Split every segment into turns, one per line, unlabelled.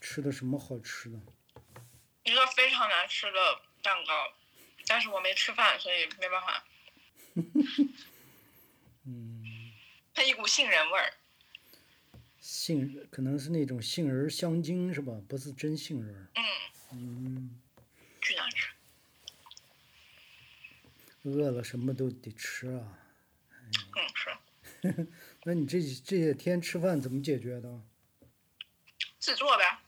吃的什么好吃的？
一个非常难吃的蛋糕，但是我没吃饭，所以没办法。
嗯，
它一股杏仁味儿，
杏可能是那种杏仁儿香精是吧？不是真杏仁儿。
嗯，
嗯，
巨难吃。
饿了什么都得吃啊。
嗯，是
那你这这些天吃饭怎么解决的？
自做呗，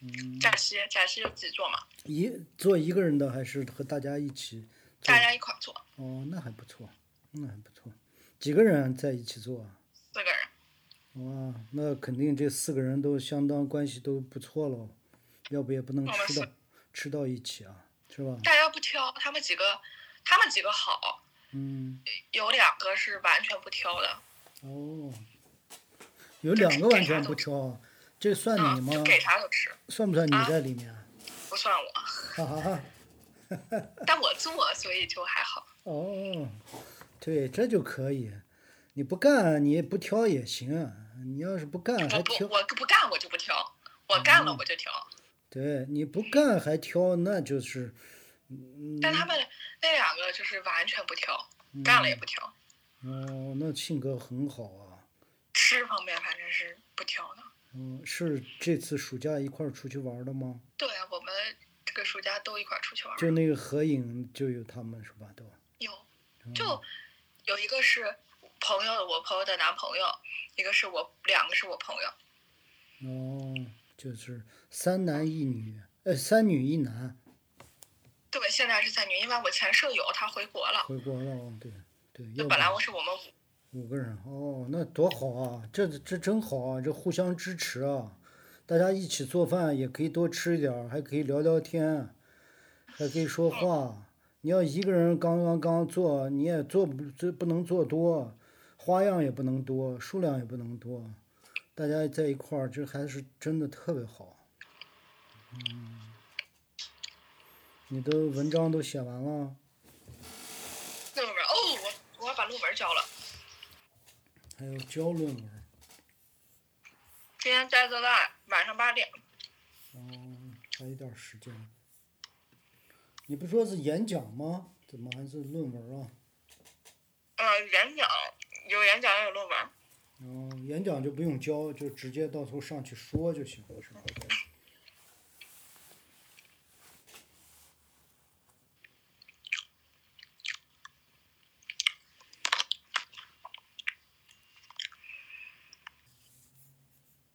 嗯，
假期假期就自己做嘛，
一做一个人的还是和大家一起做
大？家一块儿做，
哦，那还不错，那还不错。几个人在一起做啊？
四个人。
哇，那肯定这四个人都相当关系都不错喽，要不也不能
我们
吃
是
到吃到一起啊，是吧？
大家不挑，他们几个，他们几个好，
嗯，
有两个是完全不挑的，
哦，有两个完全不挑啊，这算你
嗯，
吗？
就给啥都吃，
算不算你
啊
在里面啊？
不算我，
哈哈哈。
但我做，所以就还好。
哦，对，这就可以。你不干，你不挑也行啊。你要是不干还
我嗯不
挑，哦嗯
我不干我就不挑，我干了我就挑。
对，你不干还挑，那就是，嗯，
但他们那两个就是完全不挑，干
嗯
了也不挑，
哦，那性格很好啊。
吃方面反正是不挑的。
嗯，是这次暑假一块儿出去玩的吗？
对啊我们这个暑假都一块儿出去玩儿，
就那个合影就有他们是吧？都，
有
嗯
就有一个是朋友，我朋友的男朋友，一个是我，两个是我朋友，
哦，就是三男一女，呃，三女一男，
对，现在是三女，因为我前舍友她回国了，
回国了哦，对对，
就
要不
本来我是我们五，
五个人哦，那多好啊！这这真好啊！这互相支持啊，大家一起做饭也可以多吃一点儿，还可以聊聊天，还可以说话。你要一个人刚刚刚做，你也做不这不能做多，花样也不能多，数量也不能多。大家在一块儿，这还是真的特别好。嗯，你的文章都写完了，
论文哦，我我把论文交了，
还有交论文。
今天在德大晚上八点，
哦，还有点儿时间。你不说是演讲吗？怎么还是论文啊？
呃，演讲有演讲也有论文，
哦，演讲就不用教，就直接到时候上去说就行了，是吧？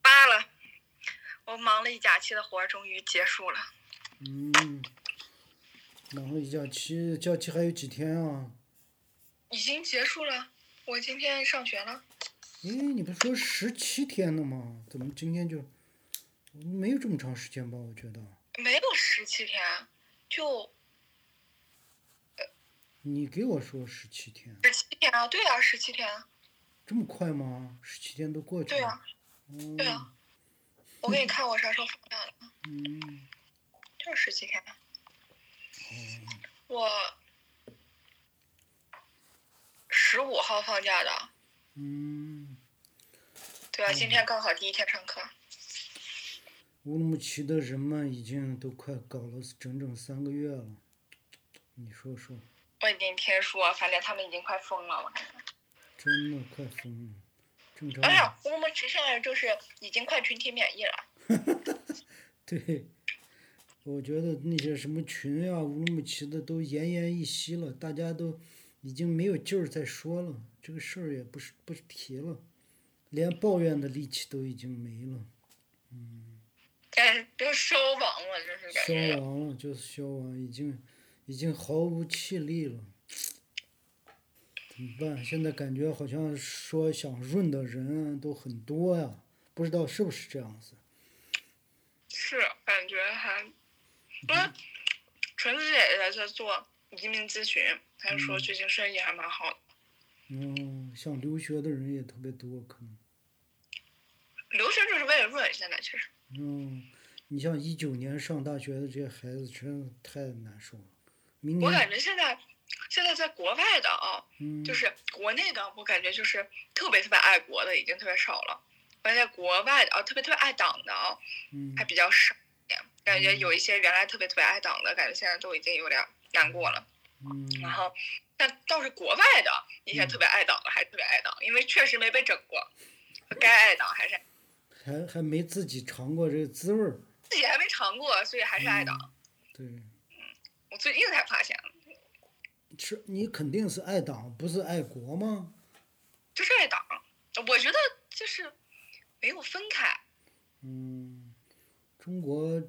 罢了，我忙了一假期的活儿终于结束了，
嗯，然后一假期，假期还有几天啊？
已经结束了，我今天上学了，
咦，你不说十七天了吗？怎么今天就没有这么长时间吧？我觉得
没有十七天，啊就
你给我说十七天，
十七天啊，对啊，十七天啊，
这么快吗？十七天都过去
对
了。
啊，对啊，我给你看我啥时候放假的，
嗯，
就是十七天啊，我十五号放假的，
嗯嗯。
对啊，今天刚好第一天上课，
乌鲁木齐的人们已经都快搞了整整三个月了，你说说，
我已经听说，反正他们已经快疯了，我看。
真的快疯了。正常
哎
人，
呀，乌鲁木齐现在就是已经快群体免疫了，
对，我觉得那些什么群呀、乌鲁木齐的都奄奄一息了，大家都已经没有劲儿再说了，这个事儿也不是不提了，连抱怨的力气都已经没了，
哎，就消亡了，就是感
消
觉。
亡了就是啊消亡，已经已经毫无气力了。怎么办？现在感觉好像说想润的人啊都很多呀，不知道是不是这样子？
是，感觉还，不是，纯子姐也在做移民咨询，她说最近生意还蛮好的，
嗯，想留学的人也特别多，可能。
留学就是为了润，现在其实。
嗯，你像一九年上大学的这些孩子，真的太难受了。明
我感
年，
觉现在，现在在国外的啊，
嗯，
就是国内的，我感觉就是特别特别爱国的已经特别少了，我在国外的啊，特别特别爱党的啊，
嗯
还比较少一点。感觉有一些原来特别特别爱党的，感觉现在都已经有点难过了。
嗯
然后，但倒是国外的一些特别爱党的还特别爱党，因为确实没被整过，该爱党还是
还还没自己尝过这个滋味儿，
自己还没尝过，所以还是爱党。
嗯对，
我最近才发现，
是你肯定是爱党，不是爱国吗？
就是爱党，我觉得就是没有分开。
嗯，中国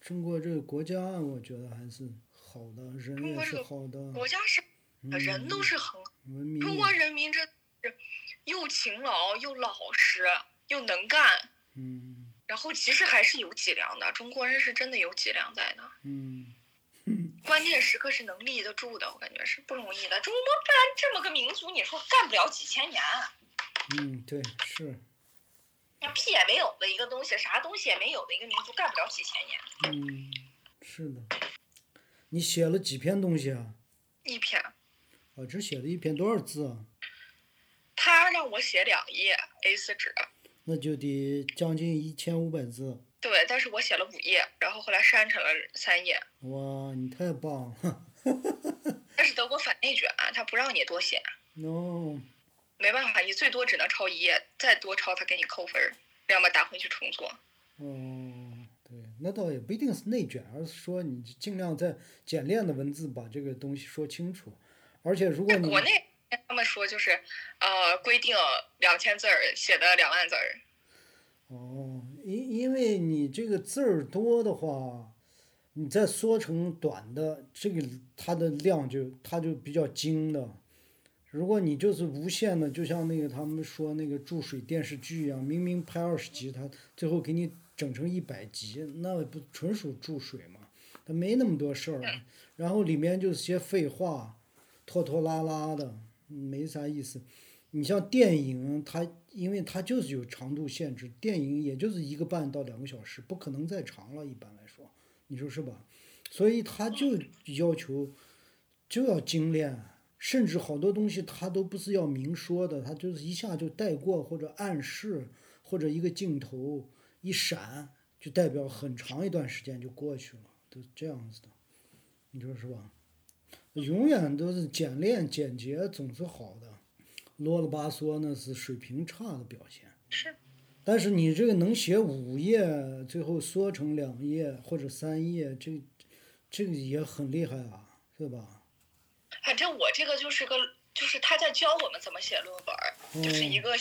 中国这个国家，我觉得还是好的，人
中
也
国
是
这个
好的，
国家是
嗯
人都是很好，
文明
中国
也，
人民真是又勤劳又老实又能干，
嗯
然后其实还是有脊梁的。中国人是真的有脊梁在的，
嗯，
关键时刻是能立得住的，我感觉是不容易的。中国不然这么个民族，你说干不了几千年，
嗯，对，是，
那屁也没有的一个东西，啥东西也没有的一个民族，干不了几千年。
嗯，是的。你写了几篇东西啊？
一篇，
我只写了一篇，多少字啊？
他让我写两页 A4 纸，
那就得将近一千五百字。
对，但是我写了五页，然后后来删成了三页。
哇，你太棒了
但是德国反内卷，啊他不让你多写，
！No，
没办法，你最多只能抄一页，再多抄他给你扣分儿，要么打回去重做。
哦，对，那倒也不一定是内卷，而是说你尽量在简练的文字把这个东西说清楚。而且如果
在
你
国内，他们说就是，呃，规定两千字儿写的两万字儿，
哦，因因为你这个字儿多的话，你再缩成短的，这个它的量就它就比较精的。如果你就是无限的，就像那个他们说那个注水电视剧一样，明明拍二十集，它最后给你整成一百集，那不纯属注水嘛？它没那么多事儿，然后里面就是些废话，拖拖拉拉的，嗯没啥意思。你像电影，它因为它就是有长度限制，电影也就是一个半到两个小时，不可能再长了。一般来说，你说是吧？所以它就要求就要精炼，甚至好多东西它都不是要明说的，它就是一下就带过或者暗示，或者一个镜头一闪，就代表很长一段时间就过去了，都是这样子的，你说是吧？永远都是简练简洁总是好的。啰里吧嗦那是水平差的表现。
是
但是你这个能写五页，最后缩成两页或者三页，这这个也很厉害啊，是吧？
反正我这个就是个，就是他在教我们怎么写论文儿，就是
嗯哦
一个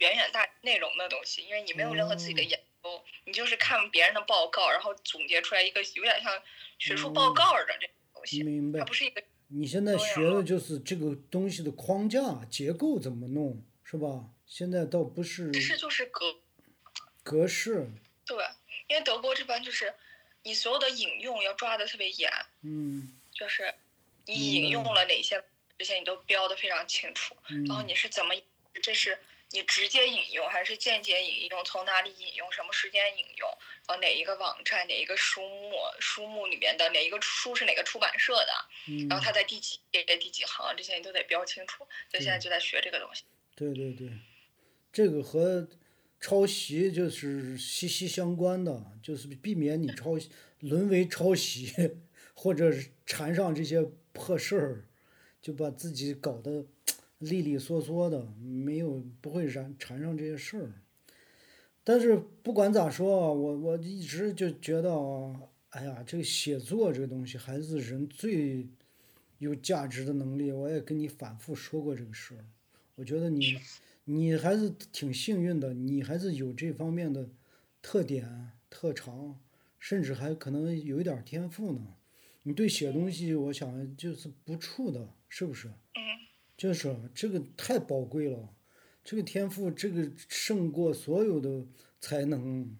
远远大内容的东西，因为你没有任何自己的研究，你就是看别人的报告，然后总结出来一个有点像学术报告儿的这种东西，
明
它
白
不。是一个
你现在学的就是这个东西的框架、结构怎么弄，是吧？现在倒不是
知识就是格
格式，
对，因为德国这边就是你所有的引用要抓的特别严，
嗯
就是你
明白
引用了哪些这些你都标的非常清楚，
嗯
然后你是怎么这是你直接引用还是间接引用，从哪里引用，什么时间引用，然后哪一个网站哪一个书目书目里面的哪一个书是哪个出版社的，
嗯
然，后它在第几页第几行这些你都得标清楚，所以现在就在学这个东西。
对对对，这个和抄袭就是息息相关的，就是避免你抄袭沦为抄袭，或者是缠上这些破事儿，就把自己搞得利利索索的，没有不会缠缠上这些事儿。但是不管咋说啊，我我一直就觉得啊，哎呀，这个写作这个东西还是人最有价值的能力。我也跟你反复说过这个事儿，我觉得你你还是挺幸运的，你还是有这方面的特点、特长，甚至还可能有一点儿天赋呢。你对写东西，我想就是不怵的，是不是？
嗯，
就是啊这个太宝贵了，这个天赋，这个胜过所有的才能。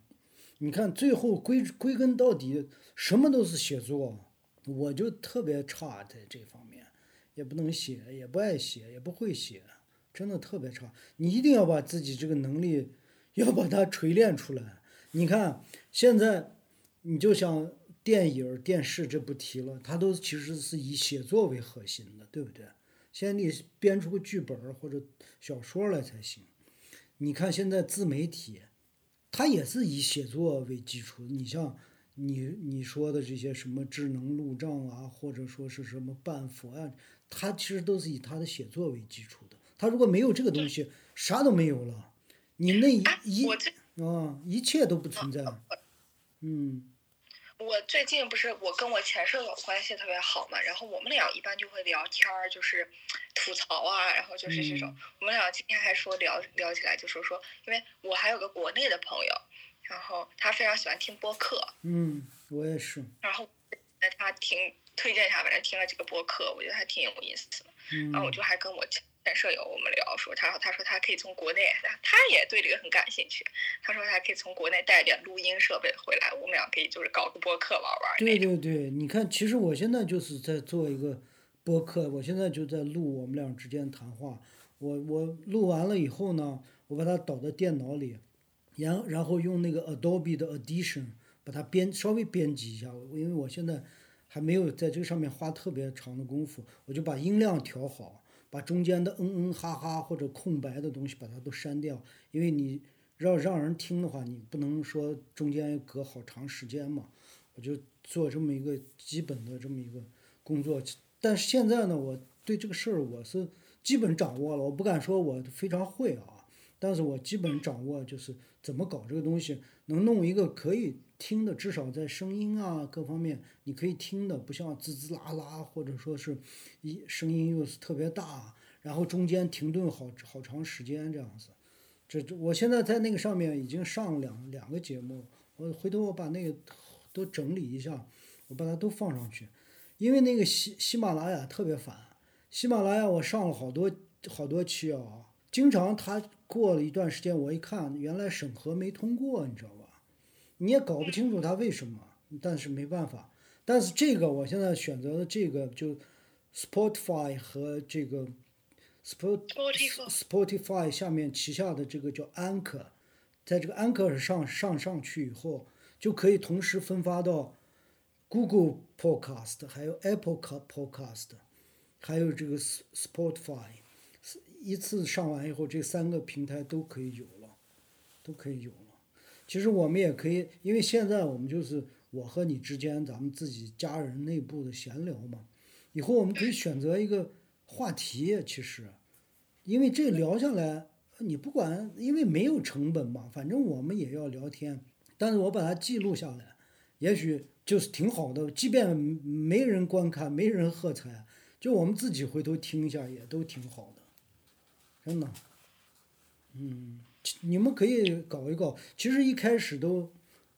你看，最后归归根到底，什么都是写作。我就特别差在这方面，也不能写，也不爱写，也不会写，真的特别差。你一定要把自己这个能力，要把它锤炼出来。你看，现在你就像电影儿、电视这不提了，它都其实是以写作为核心的，对不对？先得编出个剧本儿或者小说来才行。你看现在自媒体，它也是以写作为基础。你像你你说的这些什么智能路障啊，或者说是什么半佛啊，它其实都是以他的写作为基础的。他如果没有这个东西，啥都没有了。你那一
哎
一
我这
啊，一切都不存在。嗯
我最近不是我跟我前舍友关系特别好嘛，然后我们俩一般就会聊天儿，就是吐槽啊，然后就是这种。我们俩今天还说聊聊起来，就说说，因为我还有个国内的朋友，然后他非常喜欢听播客，
嗯，我也是。
然后那他听推荐他，反正听了几个播客，我觉得还挺有意思的。
嗯
然后我就还跟我前舍友我们聊说，他他说他可以从国内，他他也对这个很感兴趣，他说他可以从国内带点录音设备回来，我们俩可以就是搞个播客玩玩那
对对对，你看，其实我现在就是在做一个播客，我现在就在录我们俩之间谈话。我我录完了以后呢，我把它导到电脑里，然然后用那个 Adobe 的 Audition 把它编稍微编辑一下，因为我现在还没有在这上面花特别长的功夫，我就把音量调好，把中间的嗯嗯哈哈或者空白的东西把它都删掉，因为你要让人听的话，你不能说中间隔好长时间嘛。我就做这么一个基本的这么一个工作。但是现在呢，我对这个事儿我是基本掌握了，我不敢说我非常会啊，但是我基本掌握就是怎么搞这个东西，能弄一个可以听的，至少在声音啊各方面你可以听的，不像滋滋啦啦，或者说是一声音又是特别大，然后中间停顿好好长时间这样子。这这，我现在在那个上面已经上两两个节目，我回头我把那个都整理一下，我把它都放上去。因为那个喜喜马拉雅特别烦，喜马拉雅我上了好多好多期啊，经常它过了一段时间，我一看原来审核没通过，你知道吧？你也搞不清楚它为什么，但是没办法。但是这个我现在选择的这个就 Spotify 和这个 Spot
Spotify
Spotify 下面旗下的这个叫 Anchor，在这个 Anchor 上上上去以后，就可以同时分发到 Google Podcast，还有 Apple Ca- Podcast，还有这个 S- Spotify，一次上完以后，这三个平台都可以有了，都可以有了。其实我们也可以，因为现在我们就是我和你之间咱们自己家人内部的闲聊嘛。以后我们可以选择一个话题，其实，因为这聊下来，你不管，因为没有成本嘛，反正我们也要聊天，但是我把它记录下来，也许就是挺好的，即便没人观看，没人喝彩，啊就我们自己回头听一下，也都挺好的，真的。嗯，其你们可以搞一搞。其实一开始都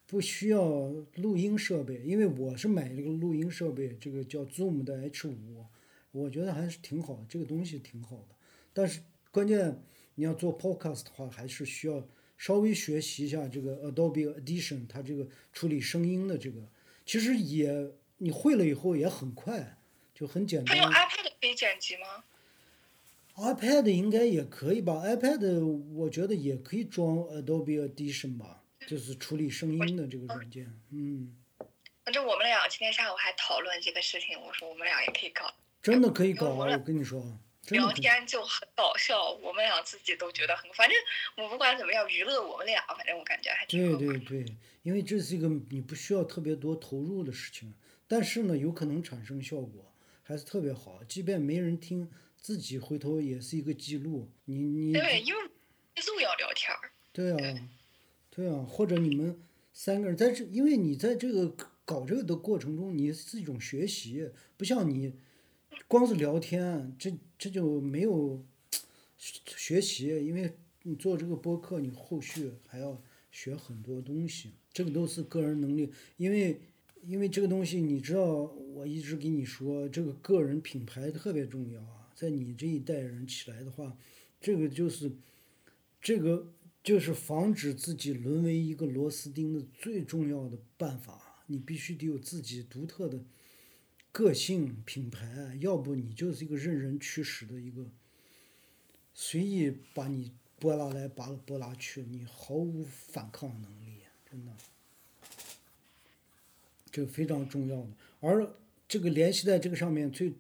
不需要录音设备，因为我是买了个录音设备，这个叫 Zoom 的 H 五，我觉得还是挺好，这个东西挺好的。但是关键你要做 Podcast 的话，还是需要稍微学习一下这个 Adobe Audition，它这个处理声音的这个，其实也你会了以后也很快，就很简
他
单。
用 iPad 可以剪辑吗？
iPad 应该也可以吧？iPad 我觉得也可以装 Adobe Audition 吧，就是处理声音的这个软件。嗯，
反正我们俩今天下午还讨论这个事情，我说我们俩也可以搞，
真的可以搞
我
啊！
俩
我跟你说，真
聊
的可以。
天就很搞笑，我们俩自己都觉得很，反正我不管怎么样娱乐我们俩，反正我感觉还挺
对
好。
对对，因为这是一个你不需要特别多投入的事情，但是呢，有可能产生效果，还是特别好。即便没人听，自己回头也是一个记录。你你
对，因为记录要聊天儿，
对啊，对啊，或者你们三个人在这，因为你在这个搞这个的过程中，你是一种学习，不像你光是聊天，这这就没有学习，因为你做这个播客，你后续还要学很多东西，这个都是个人能力，因为。因为这个东西，你知道，我一直跟你说，这个个人品牌特别重要啊。在你这一代人起来的话，这个就是这个就是防止自己沦为一个螺丝钉的最重要的办法。你必须得有自己独特的个性品牌，要不你就是一个任人驱使的一个，随意把你拨拉来拔拨拉去，你毫无反抗能力，真的，这个非常重要的。而这个联系在这个上面最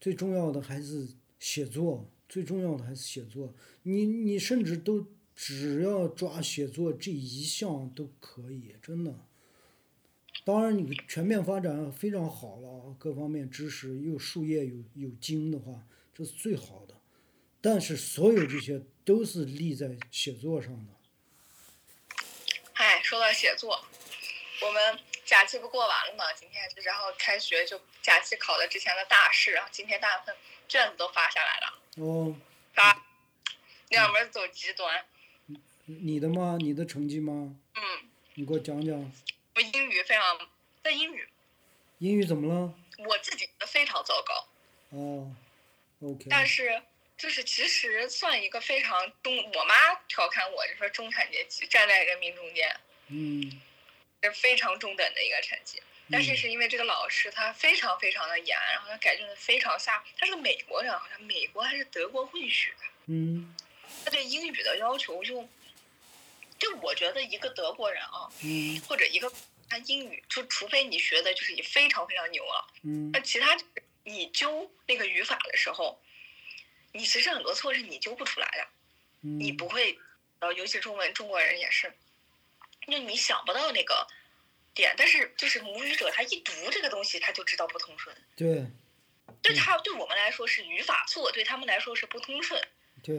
最重要的还是写作，最重要的还是写作。你你甚至都只要抓写作这一项都可以，真的。当然，你全面发展非常好了，各方面知识又术业有有精的话，这是最好的。但是所有这些都是立在写作上的。
哎，说到写作，我们假期不过完了嘛，今天然后开学就假期考了之前的大试，然后今天大部分卷子都发下来了。
哦，
发，两门走极端。
你的吗？你的成绩吗？
嗯，
你给我讲讲。
我英语非常，在英语
英语怎么了？
我自己觉得非常糟糕，
哦，OK。
但是就是其实算一个非常中，我妈调侃我就说中产阶级站在人民中间，
嗯
是非常中等的一个成绩。但是
嗯
是因为这个老师他非常非常的严，然后他改正的非常下，他是美国人，好像美国还是德国混血，
嗯
他对英语的要求就，就我觉得一个德国人啊，
嗯
或者一个他英语，就除非你学的就是你非常非常牛啊了，
嗯
那其他就是你纠那个语法的时候，你其实很多错是你纠不出来的，
嗯，
你不会，呃，尤其中文中国人也是，就你想不到那个点，但是就是母语者他一读这个东西他就知道不通顺，
对
对
嗯
他对我们来说是语法错，对他们来说是不通顺，
对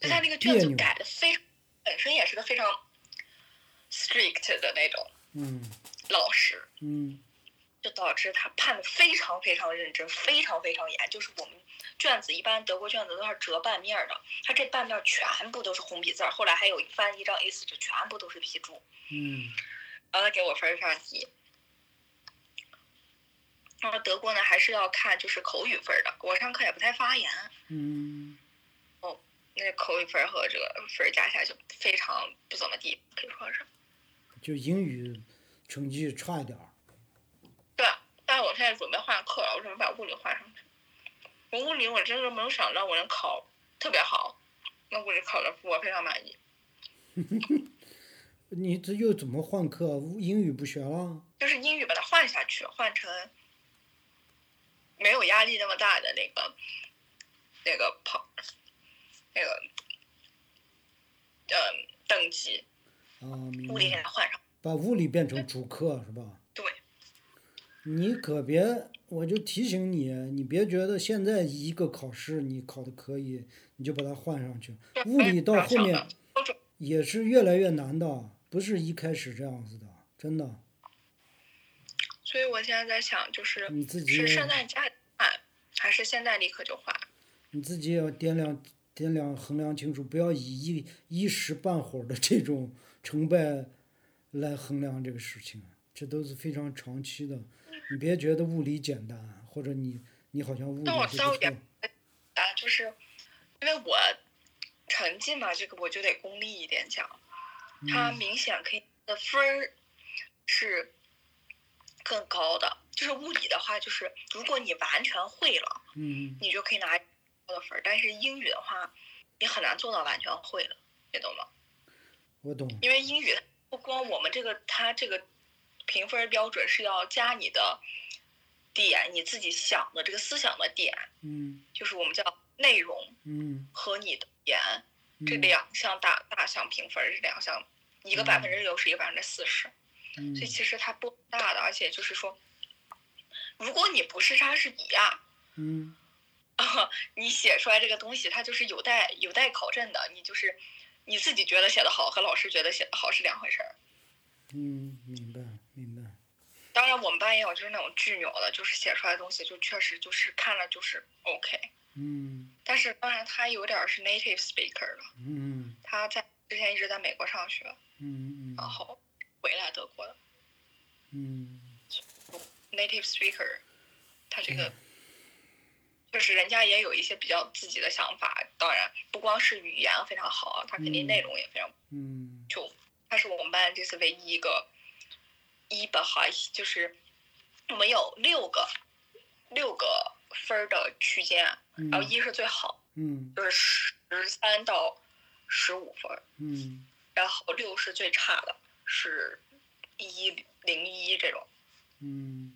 所以他那个
别
卷子
扭
改的非常，本身也是个非常 strict 的那种
嗯
老师，
嗯
就导致他判的非常非常认真，非常非常严。就是我们卷子一般德国卷子都是折半面儿的，他这半面儿全部都是红笔字儿。后来还有翻一张 A 4纸，全部都是批注，
嗯
然后他给我分儿非常低。然后德国呢，还是要看就是口语分儿的。我上课也不太发言，
嗯
那口语分儿和这个分儿加起来就非常不怎么地，可以说是。
就英语成绩差一点儿。
对，啊但是我现在准备换课了，我准备把物理换上去。我物理我真的没有想到我能考特别好，那物理考的我非常满意。
你这又怎么换课？英语不学了？
就是英语把它换下去，换成没有压力那么大的那个那个跑那个嗯等级，
啊，明
物理给
白。
它换上。
把物理变成主课是吧？
对，
你可别，我就提醒你，你别觉得现在一个考试你考的可以，你就把它换上去。物理到后面
标准
也是越来越难的，不是一开始这样子的，真的。
所以我现在在想，就是
你自己
是圣诞假换，还是现在立刻就换？
你自己也要掂量掂量衡量清楚，不要以一一时半会儿的这种成败来衡量这个事情，这都是非常长期的。
嗯
你别觉得物理简单，或者你你好像物理
那我
就
稍
不
微
错
点。啊，就是因为我成绩嘛，这个我就得功利一点讲，它
嗯
明显可以的分儿是更高的。就是物理的话，就是如果你完全会了，
嗯
你就可以拿高的分儿；但是英语的话，你很难做到完全会了，你懂吗？
我懂。
因为英语不光我们这个，它这个评分标准是要加你的点，你自己想的这个思想的点，
嗯
就是我们叫内容。
嗯，
和你的言这
嗯
两项大大项评分是两项，一个
嗯
百分之六十，一个百分之四十，
嗯
所以其实它不大的，而且就是说，如果你不是莎士比亚，
嗯
你写出来这个东西，它就是有待有待考证的，你就是你自己觉得写得好和老师觉得写得好是两回事儿。
嗯，明白明白。
当然，我们班也有就是那种巨牛的，就是写出来的东西就确实就是看了就是 OK，
嗯
但是当然他有点儿是 native speaker 了，
嗯
他在之前一直在美国上学，
嗯嗯
然后回来德国的。
嗯
native speaker，他这
嗯
个就是人家也有一些比较自己的想法。当然，不光是语言非常好啊，他肯定
嗯
内容也非常。
嗯
就他是我们班这次唯一一个一本哈，就是我们有六个六个分儿的区间，
嗯
然后一是最好，
嗯
就是十三到十五分儿，
嗯
然后六是最差的，是一零一这种。
嗯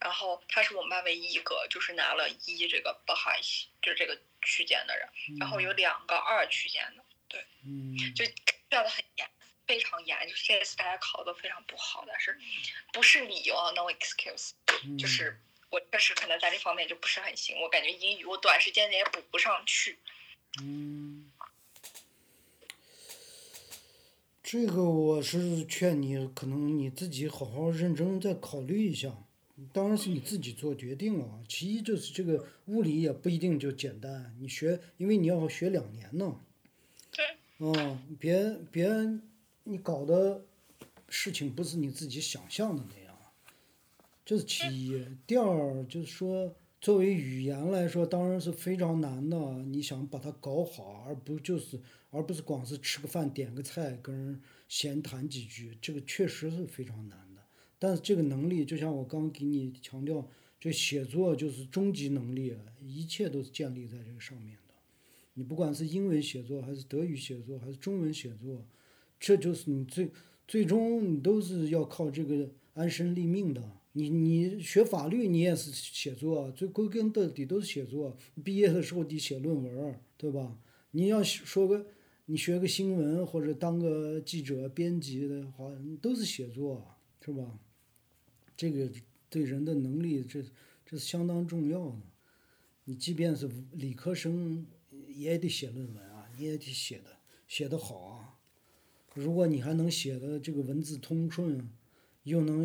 然后他是我们班唯一一个就是拿了一这个 b a h a 就是这个区间的人，然后有两个二区间的，对，
嗯，
就调的很严，非常严。就是这次大家考的非常不好，但是不是理由啊，no excuse，
嗯
就是我确实可能在这方面就不是很行，我感觉英语我短时间内也补不上去。
嗯，这个我是劝你，可能你自己好好认真再考虑一下。当然是你自己做决定了啊。其一就是这个物理也不一定就简单，你学，因为你要学两年呢。
对，
啊，别别，你搞的事情不是你自己想象的那样，这是其一。第二就是说，作为语言来说，当然是非常难的。啊你想把它搞好，而不就是而不是光是吃个饭、点个菜，跟人闲谈几句，这个确实是非常难的。但是这个能力，就像我刚给你强调，这写作就是终极能力，啊一切都是建立在这个上面的。你不管是英文写作，还是德语写作，还是中文写作，这就是你最最终你都是要靠这个安身立命的。你你学法律，你也是写作，最归根到底都是写作。毕业的时候得写论文，对吧？你要说个你学个新闻或者当个记者、编辑的话，都是写作，是吧？这个对人的能力，这这是相当重要的。你即便是理科生，也得写论文啊，你也得写的写得好啊。如果你还能写的这个文字通顺，又能